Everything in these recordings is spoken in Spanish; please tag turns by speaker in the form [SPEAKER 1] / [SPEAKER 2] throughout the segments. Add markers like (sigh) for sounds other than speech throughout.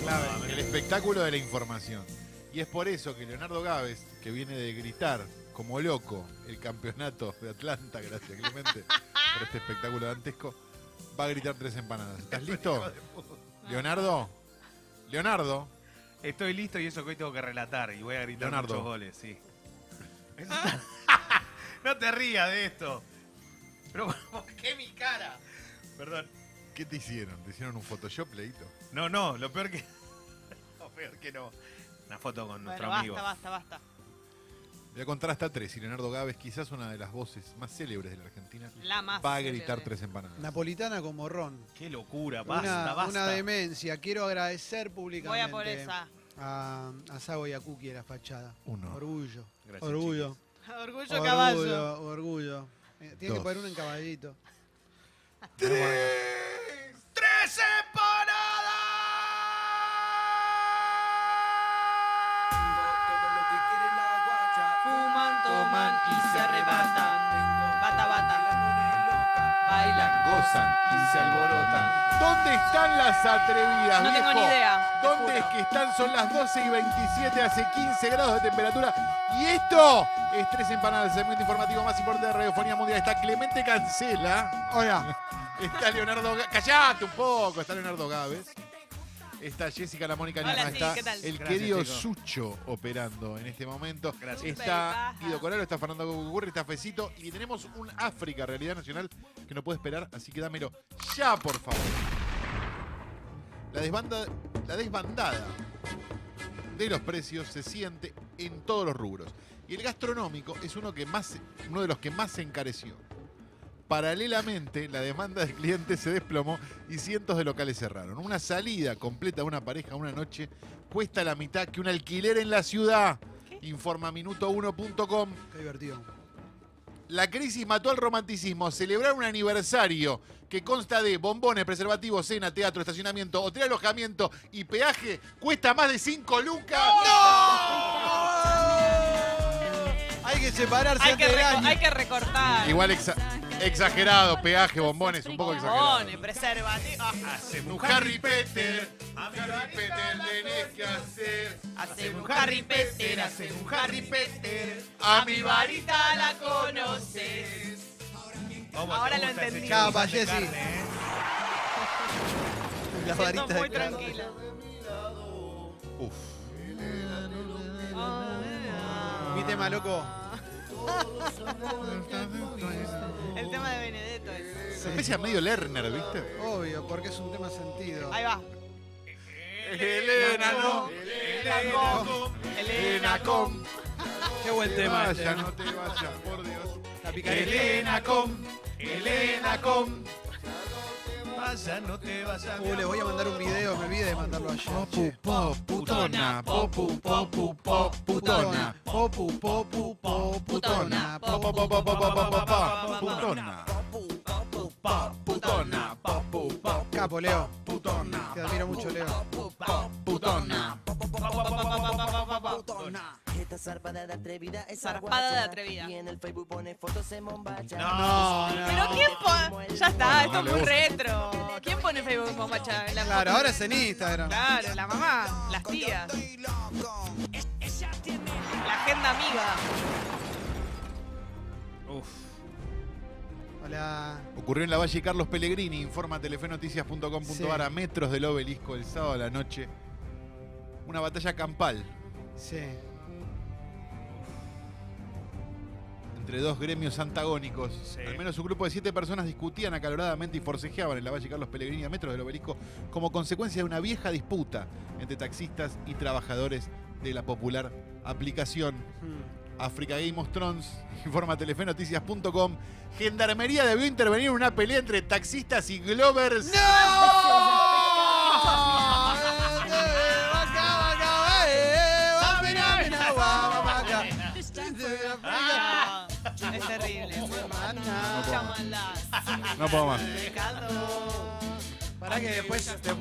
[SPEAKER 1] clave.
[SPEAKER 2] El espectáculo de la información. Y es por eso que Leonardo Gávez, que viene de gritar como loco el campeonato de Atlanta, gracias Clemente, por este espectáculo dantesco, va a gritar tres empanadas. ¿Estás listo? Leonardo. Leonardo.
[SPEAKER 1] Estoy listo y eso que hoy tengo que relatar y voy a gritar
[SPEAKER 2] Leonardo.
[SPEAKER 1] muchos goles, sí. Ah, (laughs) no te rías de esto. Pero ¿por (laughs) qué mi cara? Perdón.
[SPEAKER 2] ¿Qué te hicieron? ¿Te hicieron un Photoshop, Leito?
[SPEAKER 1] No, no, lo peor que. (laughs) Lo peor que no. Una foto con nuestro
[SPEAKER 3] Bueno, basta,
[SPEAKER 1] amigo.
[SPEAKER 3] basta, basta.
[SPEAKER 2] Voy a contar hasta tres y Leonardo Gávez, quizás una de las voces más célebres de la Argentina,
[SPEAKER 3] La más.
[SPEAKER 2] va a
[SPEAKER 3] célebre.
[SPEAKER 2] gritar tres empanadas.
[SPEAKER 4] Napolitana con morrón.
[SPEAKER 1] Qué locura, basta,
[SPEAKER 4] una,
[SPEAKER 1] basta.
[SPEAKER 4] una demencia. Quiero agradecer
[SPEAKER 3] Voy
[SPEAKER 4] públicamente
[SPEAKER 3] a por esa.
[SPEAKER 4] a, a Sago y a Cookie de la fachada.
[SPEAKER 2] Uno.
[SPEAKER 4] Orgullo.
[SPEAKER 1] Gracias,
[SPEAKER 4] orgullo.
[SPEAKER 1] chiquis.
[SPEAKER 3] Orgullo
[SPEAKER 4] Orgullo,
[SPEAKER 3] caballo.
[SPEAKER 4] orgullo. Eh, Tiene
[SPEAKER 2] Dos.
[SPEAKER 4] que poner uno en caballito.
[SPEAKER 1] ¡Tres! ¡Tres empanadas!
[SPEAKER 3] Fuman, toman y se arrebatan. Bata, bata. Bailan.
[SPEAKER 2] Gozan y se alborotan. ¿Dónde están las atrevidas,
[SPEAKER 3] No tengo ni
[SPEAKER 2] viejo?
[SPEAKER 3] idea. te
[SPEAKER 2] ¿Dónde es
[SPEAKER 3] juro.
[SPEAKER 2] que están? Son las 12 y 27, hace 15 grados de temperatura. Y esto es Tres Empanadas, el segmento informativo más importante de Radiofonía Mundial. Está Clemente Cancela,
[SPEAKER 4] Hola.
[SPEAKER 2] está Leonardo Gávez. ¡Callate un poco! Está Leonardo Gávez. Está Jessica La Mónica
[SPEAKER 3] Hola,
[SPEAKER 2] Lima,
[SPEAKER 3] sí,
[SPEAKER 2] está
[SPEAKER 3] ¿qué tal?
[SPEAKER 2] el
[SPEAKER 1] Gracias,
[SPEAKER 2] querido
[SPEAKER 1] chico.
[SPEAKER 2] Sucho operando en este momento.
[SPEAKER 1] Gracias.
[SPEAKER 2] Está
[SPEAKER 3] Superpaja.
[SPEAKER 2] Guido Coralo, está Fernando Cucurri, está Fecito y tenemos un África, realidad nacional, que no puede esperar, así que dámelo ya, por favor. La desbanda, la desbandada de los precios se siente en todos los rubros. Y el gastronómico es uno, que más, uno de los que más se encareció. Paralelamente, la demanda de clientes se desplomó y cientos de locales cerraron. Una salida completa de una pareja una noche cuesta la mitad que un alquiler en la ciudad.
[SPEAKER 3] ¿Qué?
[SPEAKER 2] Informa minuto1.com.
[SPEAKER 4] Qué divertido.
[SPEAKER 2] La crisis mató al romanticismo. Celebrar un aniversario que consta de bombones, preservativos, cena, teatro, estacionamiento, hotel, alojamiento y peaje cuesta más de 5 lucas.
[SPEAKER 4] Hay que separarse
[SPEAKER 3] Hay que,
[SPEAKER 4] antes del
[SPEAKER 3] reco-
[SPEAKER 4] año.
[SPEAKER 3] hay que recortar.
[SPEAKER 2] Igual exa- exagerado, peaje, bombones, un poco exagerado.
[SPEAKER 3] Pone preservativo. Ah,
[SPEAKER 2] Un Harry Peter, Harry Peter tenés que hacer.
[SPEAKER 3] Hace un Harry Potter, hace un Harry Potter.
[SPEAKER 2] A
[SPEAKER 3] A mi varita la conoces.
[SPEAKER 1] Vamos,
[SPEAKER 3] Ahora
[SPEAKER 1] te
[SPEAKER 3] lo
[SPEAKER 1] gusta ese
[SPEAKER 3] entendí.
[SPEAKER 1] chico que
[SPEAKER 4] Capa,
[SPEAKER 1] hace
[SPEAKER 4] Jessy.
[SPEAKER 1] carne, ¿eh?
[SPEAKER 4] La
[SPEAKER 3] Siento
[SPEAKER 4] varita de
[SPEAKER 3] muy
[SPEAKER 4] clavo.
[SPEAKER 3] tranquila.
[SPEAKER 2] Uf.
[SPEAKER 3] Ah,
[SPEAKER 4] Mi tema, loco.
[SPEAKER 3] El tema de Benedetto es.
[SPEAKER 2] Se empieza medio Lerner, ¿viste?
[SPEAKER 4] Obvio, porque es un tema sentido.
[SPEAKER 3] Ahí va.
[SPEAKER 2] Elena no, Elena no, Elena com.
[SPEAKER 4] Qué buen
[SPEAKER 2] Te
[SPEAKER 4] tema.
[SPEAKER 1] este.
[SPEAKER 2] vayas, no te vayas, por Dios.
[SPEAKER 4] La picareta.
[SPEAKER 1] Elena Com, Elena Com. Vaya, no te vayas.
[SPEAKER 4] Uh, le voy a mandar un video, me olvidé de mandarlo ayer. che.
[SPEAKER 2] pop, putona, popu, popu, pop,
[SPEAKER 4] Putona, popu, popu, popu, putona, popu, popu, popu,
[SPEAKER 2] putona. Putona, popu, pop,
[SPEAKER 4] Capo, Leo.
[SPEAKER 2] putona,
[SPEAKER 4] Te admiro mucho, Leo.
[SPEAKER 2] putona.
[SPEAKER 5] Esta zarpada de atrevida es
[SPEAKER 3] Zarpada de
[SPEAKER 5] aguacha.
[SPEAKER 3] atrevida.
[SPEAKER 5] Y en el Facebook pone fotos en bombacha.
[SPEAKER 1] No, no.
[SPEAKER 3] Pero ¿quién pone.? Ya está, esto
[SPEAKER 2] le
[SPEAKER 3] es muy
[SPEAKER 2] gusta.
[SPEAKER 3] retro. ¿Quién pone Facebook en bombacha? La
[SPEAKER 4] Claro, ahora es en Instagram.
[SPEAKER 3] Claro, la mamá, las tías. La agenda amiga.
[SPEAKER 1] Uf.
[SPEAKER 4] Hola.
[SPEAKER 2] Ocurrió en la Valle Carlos Pellegrini, informa telefenoticias.com.ar
[SPEAKER 4] Sí.
[SPEAKER 2] a metros del obelisco el sábado a la noche. Una batalla campal
[SPEAKER 4] Sí.
[SPEAKER 2] entre dos gremios antagónicos.
[SPEAKER 1] Sí.
[SPEAKER 2] Al menos un grupo de siete personas discutían acaloradamente y forcejeaban en la Valle Carlos Pellegrini a metros del obelisco como consecuencia de una vieja disputa entre taxistas y trabajadores de la popular aplicación
[SPEAKER 4] Hmm.
[SPEAKER 2] Africa Game of Thrones, informa telefenoticias.com. Gendarmería debió intervenir en una pelea entre taxistas y Glovers.
[SPEAKER 3] Ah, es terrible. Mucha maldad.
[SPEAKER 2] No puedo más.
[SPEAKER 3] Pecado.
[SPEAKER 4] Para que después te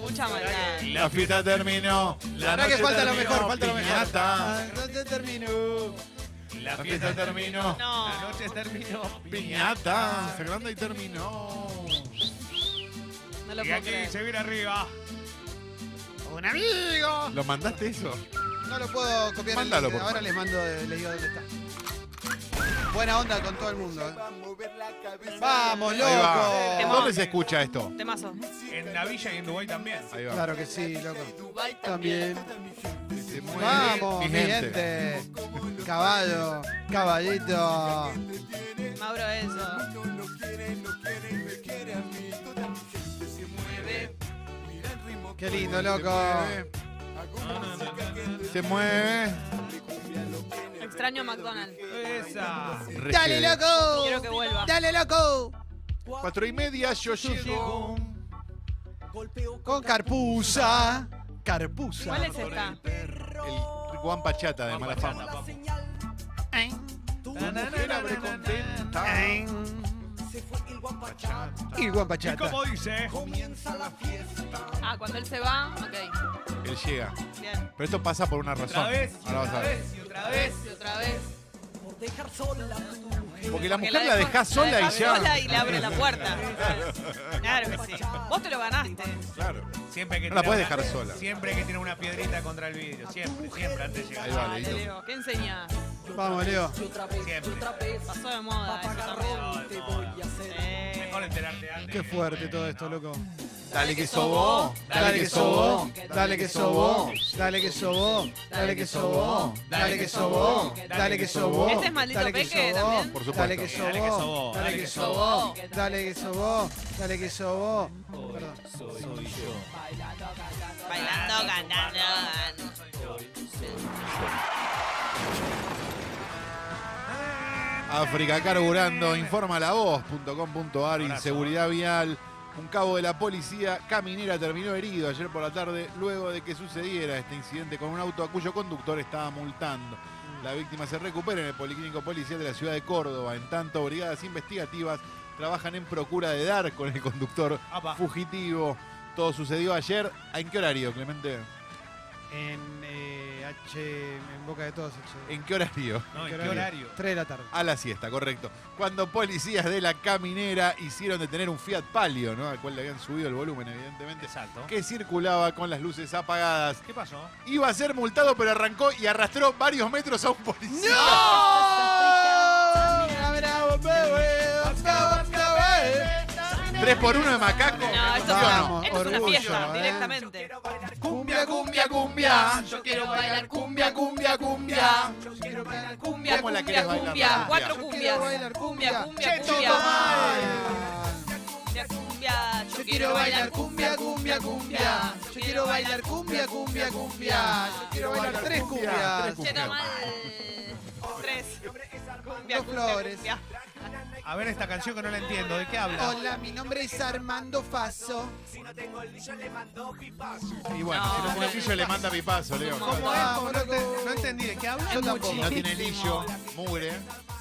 [SPEAKER 3] Mucha maldad.
[SPEAKER 2] La fiesta terminó. La
[SPEAKER 4] Pará que
[SPEAKER 2] noche
[SPEAKER 4] falta lo
[SPEAKER 2] terminó,
[SPEAKER 4] mejor, falta lo mejor.
[SPEAKER 2] piñata.
[SPEAKER 4] Ah, ¿Dónde terminó?
[SPEAKER 1] La
[SPEAKER 2] La fiesta
[SPEAKER 1] fiesta
[SPEAKER 2] terminó.
[SPEAKER 3] No.
[SPEAKER 1] La noche terminó.
[SPEAKER 2] Piñata. Se grande y terminó.
[SPEAKER 3] No
[SPEAKER 6] lo
[SPEAKER 1] Y
[SPEAKER 6] puedo
[SPEAKER 1] aquí
[SPEAKER 6] creer.
[SPEAKER 1] se viene arriba.
[SPEAKER 4] ¡Un amigo!
[SPEAKER 2] ¿Lo mandaste eso?
[SPEAKER 4] No lo puedo copiar.
[SPEAKER 2] Mándalo, por
[SPEAKER 4] Ahora
[SPEAKER 2] favor.
[SPEAKER 4] les mando, eh, les digo dónde está. Buena onda con todo el mundo. eh. ¡Vamos,
[SPEAKER 2] Ahí va.
[SPEAKER 6] Temón.
[SPEAKER 4] loco!
[SPEAKER 2] ¿Dónde se escucha esto?
[SPEAKER 6] Temazo.
[SPEAKER 1] En Navilla y en Dubái también.
[SPEAKER 2] Ahí va.
[SPEAKER 4] Claro que sí, loco. También.
[SPEAKER 2] Este, muy
[SPEAKER 4] ¡Vamos, mi
[SPEAKER 2] vigente.
[SPEAKER 4] gente! Caballo, caballito.
[SPEAKER 6] Mauro, eso.
[SPEAKER 4] ¡Qué lindo, loco!
[SPEAKER 2] Se mueve.
[SPEAKER 6] Extraño a McDonald's.
[SPEAKER 1] Esa.
[SPEAKER 4] ¡Dale,
[SPEAKER 6] Quiero
[SPEAKER 4] loco!
[SPEAKER 6] que vuelva.
[SPEAKER 4] ¡Dale, loco!
[SPEAKER 2] Cuatro y media, yo llego.
[SPEAKER 4] Con carpusa. Carpusa.
[SPEAKER 6] ¿Cuál es esta?
[SPEAKER 2] El Juan Pachata de mala fama.
[SPEAKER 1] Eh.
[SPEAKER 4] Ay. Y
[SPEAKER 1] Y
[SPEAKER 4] guapachata.
[SPEAKER 1] como dice,
[SPEAKER 6] Ah, cuando él se va, ok.
[SPEAKER 2] Él llega.
[SPEAKER 6] Bien.
[SPEAKER 2] Pero esto pasa por una razón.
[SPEAKER 1] otra vez, y
[SPEAKER 2] Ahora vas
[SPEAKER 1] otra
[SPEAKER 2] a ver.
[SPEAKER 1] vez, y otra vez.
[SPEAKER 6] Y otra vez.
[SPEAKER 2] Porque la
[SPEAKER 6] Porque
[SPEAKER 2] mujer la dejás sola y
[SPEAKER 6] dejás sola
[SPEAKER 2] ya.
[SPEAKER 6] y le abre la
[SPEAKER 2] (laughs)
[SPEAKER 6] puerta. Claro que sí. Vos te lo ganaste.
[SPEAKER 2] Claro.
[SPEAKER 1] Siempre que
[SPEAKER 2] No la
[SPEAKER 1] tira
[SPEAKER 2] podés
[SPEAKER 1] una-
[SPEAKER 2] dejar sola.
[SPEAKER 1] Siempre que tiene una piedrita contra el vidrio. Siempre, siempre antes de
[SPEAKER 2] Ahí
[SPEAKER 1] llegar.
[SPEAKER 2] va,
[SPEAKER 6] Dale,
[SPEAKER 2] Leito.
[SPEAKER 6] Leo. ¿Qué enseñás?
[SPEAKER 4] Vamos, Leo.
[SPEAKER 1] Siempre.
[SPEAKER 6] Pasó de moda eso también.
[SPEAKER 1] No, de moda.
[SPEAKER 6] Sí.
[SPEAKER 1] Mejor enterarte antes.
[SPEAKER 4] Qué
[SPEAKER 1] que-
[SPEAKER 4] fuerte todo esto, loco.
[SPEAKER 2] Dale que
[SPEAKER 6] Oh.
[SPEAKER 2] sobó.
[SPEAKER 4] Dale que sobó, dale que sobó, dale que sobó, dale que sobó, dale que sobó, dale que sobó.
[SPEAKER 6] Este es maldito
[SPEAKER 4] dale que
[SPEAKER 6] Peque
[SPEAKER 4] sobó,
[SPEAKER 6] también.
[SPEAKER 2] Por
[SPEAKER 4] Dale que
[SPEAKER 2] supuesto.
[SPEAKER 4] sobó, dale que sobó, dale que sobó, dale que sobó. Perdón.
[SPEAKER 6] Bailando, cantando.
[SPEAKER 2] África Carburando, informa la voz.com.ar, inseguridad vial. Un cabo de la policía caminera terminó herido ayer por la tarde luego de que sucediera este incidente con un auto a cuyo conductor estaba multando. La víctima se recupera en el Policlínico Policial de la ciudad de Córdoba. En tanto, brigadas investigativas trabajan en procura de dar con el conductor
[SPEAKER 1] Apa.
[SPEAKER 2] fugitivo. Todo sucedió ayer. ¿En qué horario, Clemente?
[SPEAKER 4] En eh, H, en boca de todos, H.
[SPEAKER 2] ¿En qué horario?
[SPEAKER 1] No, ¿en qué horario?
[SPEAKER 4] 3 de la tarde.
[SPEAKER 2] A la siesta, correcto. Cuando policías de la caminera hicieron detener un Fiat Palio, ¿no? Al cual le habían subido el volumen, evidentemente,
[SPEAKER 1] Exacto.
[SPEAKER 2] que circulaba con las luces apagadas.
[SPEAKER 1] ¿Qué pasó?
[SPEAKER 2] Iba a ser multado, pero arrancó y arrastró varios metros a un policía.
[SPEAKER 4] Ah,
[SPEAKER 2] Tres por uno de macaco.
[SPEAKER 6] No, esto
[SPEAKER 2] ¿Sí
[SPEAKER 6] es
[SPEAKER 2] o
[SPEAKER 6] una,
[SPEAKER 2] no?
[SPEAKER 4] Vamos,
[SPEAKER 6] esto es una
[SPEAKER 4] orgullo,
[SPEAKER 6] fiesta,
[SPEAKER 4] ¿eh?
[SPEAKER 6] directamente.
[SPEAKER 2] Cumbia, cumbia, cumbia.
[SPEAKER 6] Yo quiero bailar
[SPEAKER 2] Cumbia, cumbia, cumbia.
[SPEAKER 6] cumbia,
[SPEAKER 2] ¿Cómo la
[SPEAKER 6] cumbia,
[SPEAKER 2] querés bailar,
[SPEAKER 6] cumbia.
[SPEAKER 2] Nadia?
[SPEAKER 6] Cuatro
[SPEAKER 4] Yo
[SPEAKER 6] cumbias.
[SPEAKER 4] quiero bailar
[SPEAKER 6] Cumbia,
[SPEAKER 4] cumbia.
[SPEAKER 6] cumbia,
[SPEAKER 1] Cheto
[SPEAKER 6] cumbia.
[SPEAKER 1] Tomás.
[SPEAKER 6] Cumbia, cumbia. Yo quiero bailar cumbia, cumbia, cumbia. Yo quiero bailar cumbia, cumbia, cumbia.
[SPEAKER 4] Yo quiero bailar tres cumbias.
[SPEAKER 2] Tres
[SPEAKER 6] Cheto mal.
[SPEAKER 2] cumbias.
[SPEAKER 6] Tres. Cumbia,
[SPEAKER 4] Dos
[SPEAKER 6] cumbia,
[SPEAKER 4] flores.
[SPEAKER 6] cumbia.
[SPEAKER 1] A ver esta canción que no la entiendo. ¿De qué habla?
[SPEAKER 4] Hola, mi nombre es Armando Faso.
[SPEAKER 2] Y bueno,
[SPEAKER 6] No,
[SPEAKER 2] si no tiene
[SPEAKER 6] bueno.
[SPEAKER 2] lillo le manda mi paso, Leo.
[SPEAKER 1] ¿Cómo es?
[SPEAKER 4] Vamos,
[SPEAKER 1] no, ent-
[SPEAKER 4] loco.
[SPEAKER 1] no entendí. ¿De qué habla?
[SPEAKER 4] Yo
[SPEAKER 6] Es
[SPEAKER 4] tampoco.
[SPEAKER 2] No
[SPEAKER 6] muchísimo.
[SPEAKER 2] tiene lillo, mugre,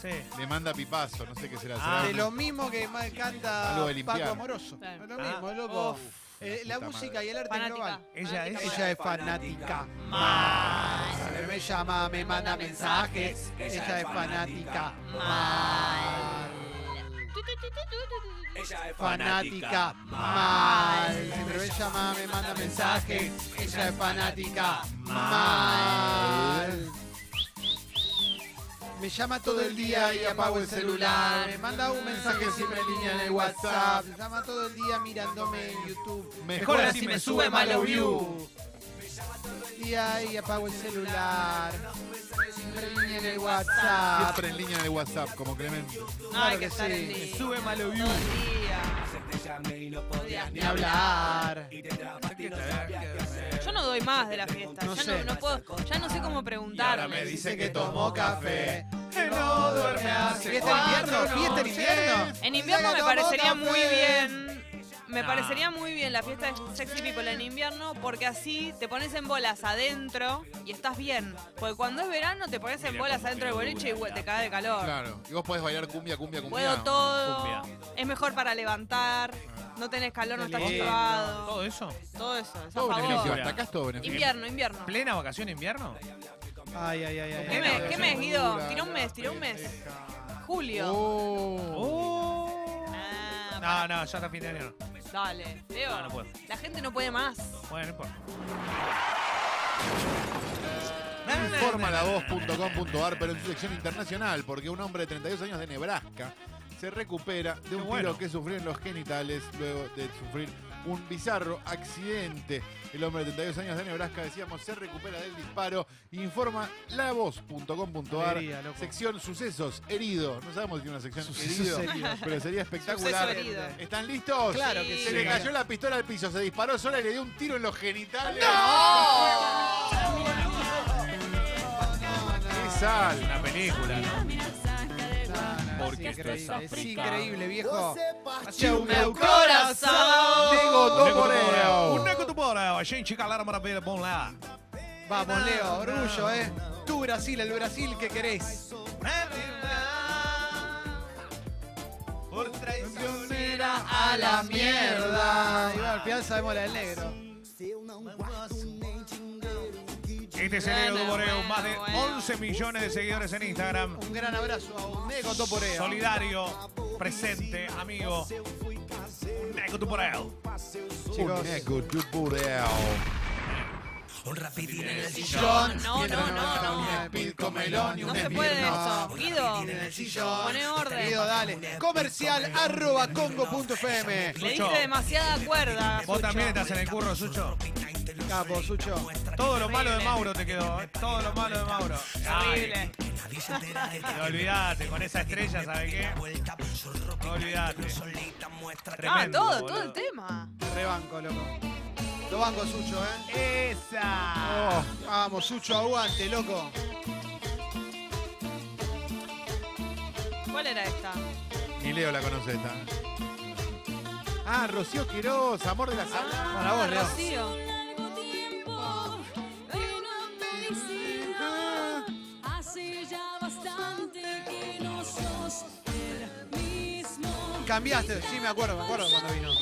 [SPEAKER 1] Sí.
[SPEAKER 2] le manda pipazo, no sé qué será.
[SPEAKER 1] Ah.
[SPEAKER 2] será
[SPEAKER 4] De lo mismo que ma- canta
[SPEAKER 2] Algo de limpiar. Ah.
[SPEAKER 4] Paco Amoroso.
[SPEAKER 6] Claro.
[SPEAKER 4] Es lo mismo, loco. Eh, la música y el arte es
[SPEAKER 6] Fanática.
[SPEAKER 4] global.
[SPEAKER 1] Ella
[SPEAKER 6] fanática
[SPEAKER 1] es-
[SPEAKER 4] Ella
[SPEAKER 6] mal.
[SPEAKER 4] es fanática. Más. Me llama, me manda mensajes. Ella es fanática.
[SPEAKER 6] Mal.
[SPEAKER 4] Fanática. Mal. Siempre me llama, me manda mensajes. Ella es fanática. Mal. Me llama todo el día y apago el celular. Me manda un mensaje siempre en línea en el WhatsApp. Me llama todo el día mirándome en YouTube.
[SPEAKER 2] Mejor
[SPEAKER 1] así me sube, malo
[SPEAKER 4] view. Y ahí apago el celular. Siempre en línea en el WhatsApp.
[SPEAKER 2] Siempre en línea de WhatsApp, como Clemente.
[SPEAKER 6] Ay,
[SPEAKER 4] Claro
[SPEAKER 6] que
[SPEAKER 4] que
[SPEAKER 6] estar en
[SPEAKER 4] sí.
[SPEAKER 6] línea.
[SPEAKER 1] Sube malo view.
[SPEAKER 6] Todo el día. Podías
[SPEAKER 4] Ni hablar.
[SPEAKER 6] Yo no doy más de la fiesta.
[SPEAKER 4] No
[SPEAKER 6] ya,
[SPEAKER 4] sé.
[SPEAKER 6] no, no puedo, ya no sé cómo preguntarle.
[SPEAKER 2] ahora me dice-
[SPEAKER 4] Dice que tomó café.
[SPEAKER 1] Que no duerme hace
[SPEAKER 4] Fiesta en invierno,
[SPEAKER 1] cuatro
[SPEAKER 4] fiesta en
[SPEAKER 1] noches.
[SPEAKER 4] invierno.
[SPEAKER 6] En invierno me
[SPEAKER 4] Dice que
[SPEAKER 6] parecería
[SPEAKER 4] tomó
[SPEAKER 6] muy
[SPEAKER 4] café.
[SPEAKER 6] bien. Me
[SPEAKER 1] Nah.
[SPEAKER 6] parecería muy bien la fiesta de Sexy People en invierno porque así te pones en bolas adentro y estás bien. Porque cuando es verano te pones en bolas adentro del boliche y hue- te cae de calor.
[SPEAKER 2] Claro. Y vos podés bailar cumbia, cumbia, cumbia.
[SPEAKER 6] Puedo todo.
[SPEAKER 1] Cumbia.
[SPEAKER 6] Es mejor para levantar. No tenés calor, no
[SPEAKER 4] Qué
[SPEAKER 6] estás
[SPEAKER 4] lindo.
[SPEAKER 6] llevado.
[SPEAKER 1] ¿Todo eso?
[SPEAKER 6] Todo eso. es a
[SPEAKER 2] Todo beneficio,
[SPEAKER 6] favor.
[SPEAKER 2] hasta acá es todo beneficio.
[SPEAKER 6] Invierno, invierno.
[SPEAKER 1] ¿Plena vacación de invierno?
[SPEAKER 4] Ay, ay, ay, ay.
[SPEAKER 6] ¿Qué
[SPEAKER 4] ay.
[SPEAKER 6] mes? ¿Qué mes, Guido? Tirá un mes, tirá un mes. Julio.
[SPEAKER 2] Oh.
[SPEAKER 1] Oh.
[SPEAKER 6] Ah,
[SPEAKER 1] No, no, ya hasta fin de año no.
[SPEAKER 6] Dale, Leo.
[SPEAKER 1] No, no puedo.
[SPEAKER 6] La gente no puede más.
[SPEAKER 1] Bueno, no importa.
[SPEAKER 2] Informalavoz.com.ar, pero en su sección internacional, porque un hombre de 32 años de Nebraska se recupera de un
[SPEAKER 1] bueno.
[SPEAKER 2] tiro que sufrió en los genitales luego de sufrir un bizarro accidente. El hombre de 32 años de Nebraska, decíamos, se recupera del disparo. Informa lavoz.com.ar,
[SPEAKER 4] Alegría, loco.
[SPEAKER 2] sección sucesos, herido. No sabemos si tiene una sección
[SPEAKER 4] Sucesos
[SPEAKER 2] herido,
[SPEAKER 4] heridos.
[SPEAKER 2] pero sería
[SPEAKER 6] Suceso
[SPEAKER 2] espectacular.
[SPEAKER 6] herido.
[SPEAKER 2] ¿Están listos?
[SPEAKER 4] Claro
[SPEAKER 6] Sí.
[SPEAKER 4] que sí.
[SPEAKER 2] Se le cayó la pistola al piso, se disparó sola y le dio un tiro en los genitales. ¡Qué sal!
[SPEAKER 1] Una película, ¿no? Porque
[SPEAKER 4] Porque es
[SPEAKER 1] esto es
[SPEAKER 4] increíble, es
[SPEAKER 1] África.
[SPEAKER 4] increíble, viejo.
[SPEAKER 6] O meu coração.
[SPEAKER 2] Digo
[SPEAKER 1] Un
[SPEAKER 2] Toporeo.
[SPEAKER 1] neco do Borel, a gente galera maravilha, bom lá.
[SPEAKER 4] Vamos, Leo, orgullo, ¿eh? Tú, Brasil, el Brasil que querés.
[SPEAKER 1] Por
[SPEAKER 4] Traicionera a la mierda. Igual, al final sabemos la del negro.
[SPEAKER 1] Este es el Leo do Borel, más de 11 millones de seguidores en Instagram.
[SPEAKER 4] Un gran abrazo a un Nego Toporeo.
[SPEAKER 1] Solidario, presente, amigo. Un neco do Borel.
[SPEAKER 4] Chicos.
[SPEAKER 2] Un neco Toporeo.
[SPEAKER 4] John.
[SPEAKER 6] No, no, no, no.
[SPEAKER 4] Un pisco melón y
[SPEAKER 6] No
[SPEAKER 4] un
[SPEAKER 6] se puede
[SPEAKER 4] esmirno.
[SPEAKER 6] eso. Guido,
[SPEAKER 4] sillón.
[SPEAKER 6] pone orden.
[SPEAKER 4] Querido, dale. Comercial arroba congo.fm.
[SPEAKER 6] Le diste demasiada cuerda.
[SPEAKER 1] Vos también estás en el curro, Sucho.
[SPEAKER 4] Capo, Sucho.
[SPEAKER 1] Todo lo malo de Mauro te quedó, ¿eh? todo lo malo de Mauro.
[SPEAKER 6] Terrible. Ah,
[SPEAKER 1] No olvidate, con esa estrella, ¿sabes qué? No olvidate.
[SPEAKER 6] Ah,
[SPEAKER 1] Tremendo,
[SPEAKER 6] todo, todo
[SPEAKER 1] boludo.
[SPEAKER 6] el tema.
[SPEAKER 4] Rebanco, loco. Lo banco, Sucho, ¿eh? Oh,
[SPEAKER 1] Esa.
[SPEAKER 4] Vamos, Sucho, aguante, loco.
[SPEAKER 6] ¿Cuál era esta?
[SPEAKER 2] Y Leo la conoce esta. Ah, Rocío Quiroz, amor de la sala.
[SPEAKER 4] Para vos, Leo.
[SPEAKER 6] Ah, Rocío.
[SPEAKER 7] Hace ya bastante que no sos el mismo.
[SPEAKER 4] Cambiaste, sí, me acuerdo, me acuerdo cuando vino.
[SPEAKER 7] Yo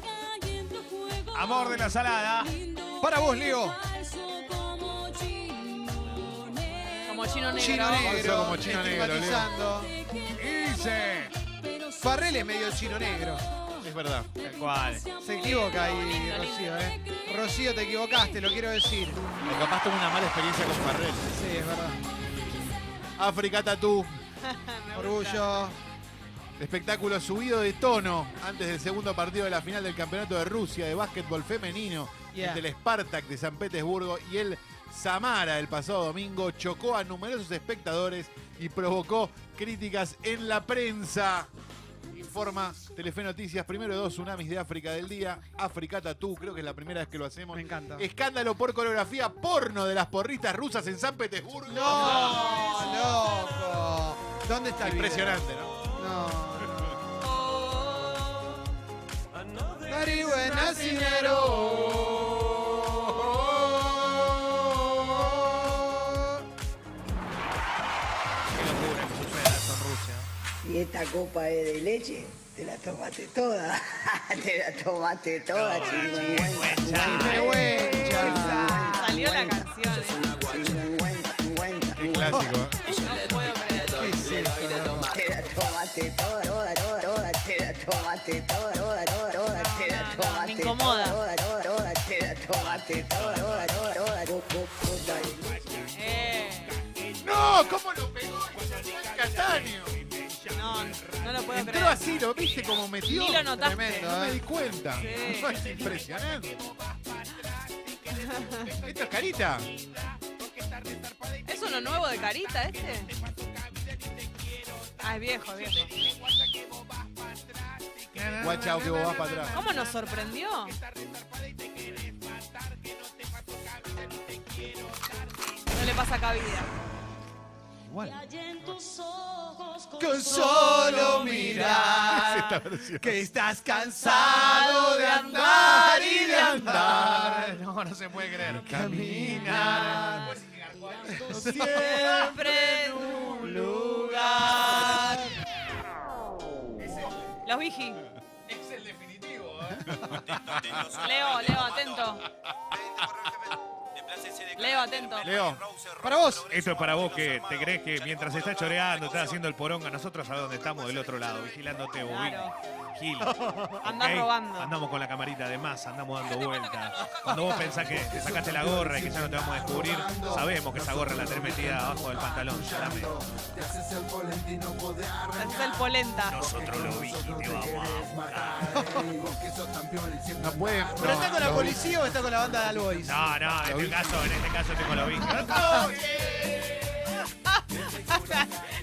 [SPEAKER 7] caí en tu juego.
[SPEAKER 1] Amor de la salada.
[SPEAKER 7] Lindo,
[SPEAKER 4] Para vos, Leo.
[SPEAKER 7] falso como chino negro.
[SPEAKER 6] Como chino negro.
[SPEAKER 4] Chino negro.
[SPEAKER 2] como chino negro, Leo.
[SPEAKER 4] estigmatizando.
[SPEAKER 1] Ilse.
[SPEAKER 4] Farrell es medio chino negro.
[SPEAKER 2] Es verdad.
[SPEAKER 1] Tal cual.
[SPEAKER 4] Se equivoca ahí, Rocío, ¿eh? Rocío, te equivocaste, lo quiero decir.
[SPEAKER 2] O capaz tuvo una mala experiencia con Farrell.
[SPEAKER 4] Sí, es verdad.
[SPEAKER 2] África Tatú.
[SPEAKER 6] Me gusta.
[SPEAKER 4] Orgullo.
[SPEAKER 2] Espectáculo subido de tono antes del segundo partido de la final del Campeonato de Rusia de Básquetbol Femenino
[SPEAKER 4] Yeah.
[SPEAKER 2] entre el Spartak de San Petersburgo y el Samara el pasado domingo chocó a numerosos espectadores y provocó críticas en la prensa. Informa Telefe Noticias, primero de dos tsunamis de África del día, África Tatú, creo que es la primera vez que lo hacemos.
[SPEAKER 4] Me encanta.
[SPEAKER 2] Escándalo por coreografía porno de las porristas rusas en San Petersburgo.
[SPEAKER 4] ¡No, ¡Oh, loco! ¿Dónde está el video?
[SPEAKER 2] Impresionante, ¿no?
[SPEAKER 4] No. Very buena,
[SPEAKER 1] Qué locura que sucede eso en Rusia.
[SPEAKER 8] Y esta copa de, de leche, te la tomaste toda. (laughs) te la tomaste toda, chingüengüenza.
[SPEAKER 4] Vergüenza.
[SPEAKER 6] Salió la canción. ¿eh?
[SPEAKER 8] Chingüengüenza, chingüengüenza,
[SPEAKER 2] Qué clásico. ¿eh?
[SPEAKER 6] No puedo creerlo.
[SPEAKER 4] ¿Qué es esto, loco?
[SPEAKER 8] Te la tomaste toda, toda, toda, toda, te la tomaste toda, toda, toda, toda, te la
[SPEAKER 6] No, no, no, me
[SPEAKER 8] tomaste
[SPEAKER 6] incomoda.
[SPEAKER 8] toda, toda, toda, te la tomaste toda, toda, toda, toda, co- co- puta.
[SPEAKER 6] Eh,
[SPEAKER 2] No, ¿cómo lo pegó? Cataño.
[SPEAKER 6] no, no lo puedo
[SPEAKER 2] Entró
[SPEAKER 6] creer.
[SPEAKER 2] así, ¿lo viste cómo metió?
[SPEAKER 6] Ni lo notaste.
[SPEAKER 4] Tremendo.
[SPEAKER 2] No me di cuenta.
[SPEAKER 6] Sí.
[SPEAKER 2] No, (laughs) es impresionante. Esto es carita.
[SPEAKER 6] ¿Es uno nuevo de carita este? Ah, es viejo, es viejo.
[SPEAKER 2] Guachao, que vos vas para atrás.
[SPEAKER 6] ¿Cómo nos sorprendió? No le pasa cabida.
[SPEAKER 7] Hay en tus ojos con
[SPEAKER 4] Con solo
[SPEAKER 2] Es (laughs)
[SPEAKER 4] mirar
[SPEAKER 2] esta versión.
[SPEAKER 4] que estás cansado de andar y de andar.
[SPEAKER 1] No, no se puede creer.
[SPEAKER 4] Caminar
[SPEAKER 6] Siempre en
[SPEAKER 4] un lugar.
[SPEAKER 6] Los Vigi. Es el definitivo, ¿eh? Leo, Leo, atento.
[SPEAKER 9] Deplácese de
[SPEAKER 6] Leo, atento.
[SPEAKER 2] Leo,
[SPEAKER 4] Para vos.
[SPEAKER 1] Esto es para vos que te crees que mientras está choreando, está haciendo el poronga, nosotros a donde estamos del otro lado, vigilándote, bobín.
[SPEAKER 6] Claro.
[SPEAKER 1] Gil.
[SPEAKER 6] (laughs) Andás
[SPEAKER 1] ¿ok?
[SPEAKER 6] robando.
[SPEAKER 1] Andamos con la camarita de más, andamos dando vueltas. Cuando vos pensás que te sacaste la gorra y que ya no te vamos a descubrir, sabemos que esa gorra la tenés metida abajo del pantalón. Dame.
[SPEAKER 6] Es el polenta.
[SPEAKER 1] Nosotros lo vi y te vamos a buscar.
[SPEAKER 2] no puede.
[SPEAKER 4] ¿Pero
[SPEAKER 2] no,
[SPEAKER 4] está con la
[SPEAKER 2] no.
[SPEAKER 4] policía o está con la banda de Albois?
[SPEAKER 1] No, no, en este caso, en este caso
[SPEAKER 6] (laughs)
[SPEAKER 1] tengo lo vi.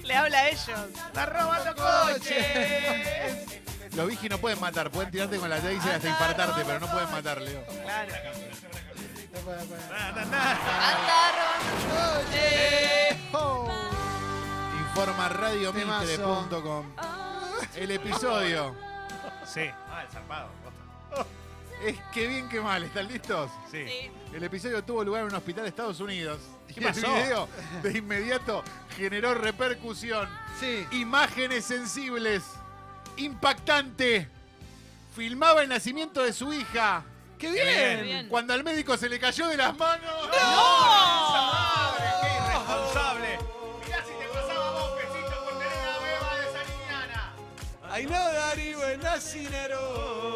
[SPEAKER 6] Le habla a ellos.
[SPEAKER 4] ¡Está robando coche!
[SPEAKER 2] Los vigis no pueden matar, pueden tirarte con la taser hasta infartarte, pero no pueden matar, Leo.
[SPEAKER 6] Anda robando coche.
[SPEAKER 2] Informa radiomitre.com.
[SPEAKER 6] Ah,
[SPEAKER 2] El episodio
[SPEAKER 1] Sí. Ah, el zarpado.
[SPEAKER 2] es que bien que mal, ¿están listos?
[SPEAKER 1] Sí.
[SPEAKER 6] Sí.
[SPEAKER 2] El episodio tuvo lugar en un hospital de Estados Unidos. Y el
[SPEAKER 1] pasó?
[SPEAKER 2] video de inmediato generó repercusión.
[SPEAKER 4] Sí.
[SPEAKER 2] Imágenes sensibles. Impactante. Filmaba el nacimiento de su hija.
[SPEAKER 4] ¡Qué
[SPEAKER 6] Qué
[SPEAKER 4] bien!
[SPEAKER 6] bien.
[SPEAKER 2] Cuando al médico se le cayó de las manos.
[SPEAKER 1] ¡Qué irresponsable!
[SPEAKER 2] Mirá si te pasaba vos, pesito, por tener la beba de esa niñana.
[SPEAKER 4] I know that he was not in at all.